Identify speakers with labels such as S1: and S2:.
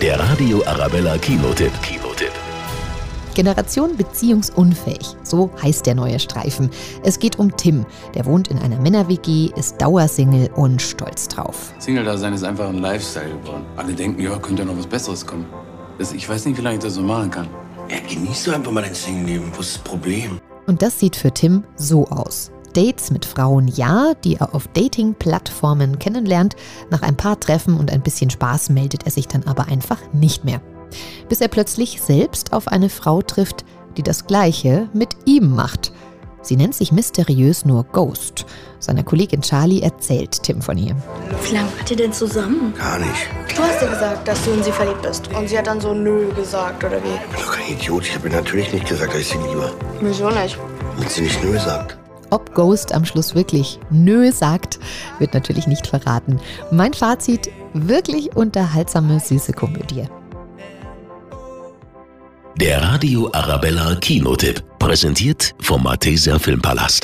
S1: Der Radio Arabella Kinotipp. Kinotipp.
S2: Generation Beziehungsunfähig, so heißt der neue Streifen. Es geht um Tim, der wohnt in einer Männer-WG, ist Dauersingle und stolz drauf.
S3: Single-Dasein ist einfach ein Lifestyle geworden. Alle denken, ja, könnte ja noch was Besseres kommen. Das, ich weiß nicht, wie lange ich das so machen kann.
S4: Ja, genieß doch einfach mal dein Single-Leben. Was ist das Problem?
S2: Und das sieht für Tim so aus. Dates mit Frauen ja, die er auf Dating-Plattformen kennenlernt. Nach ein paar Treffen und ein bisschen Spaß meldet er sich dann aber einfach nicht mehr. Bis er plötzlich selbst auf eine Frau trifft, die das Gleiche mit ihm macht. Sie nennt sich mysteriös nur Ghost. Seiner Kollegin Charlie erzählt Tim von ihr.
S5: Wie lange wart ihr denn zusammen?
S4: Gar nicht.
S6: Du hast ja gesagt, dass du in sie verliebt bist. Und sie hat dann so nö gesagt, oder
S4: Ich
S6: wie?
S4: bin doch kein Idiot. Ich habe ihr natürlich nicht gesagt, dass ich sie liebe.
S6: Wieso nicht?
S4: Damit sie nicht nö sagt.
S2: Ob Ghost am Schluss wirklich Nö sagt, wird natürlich nicht verraten. Mein Fazit, wirklich unterhaltsame, süße Komödie.
S1: Der Radio Arabella Kinotipp. Präsentiert vom Malteser Filmpalast.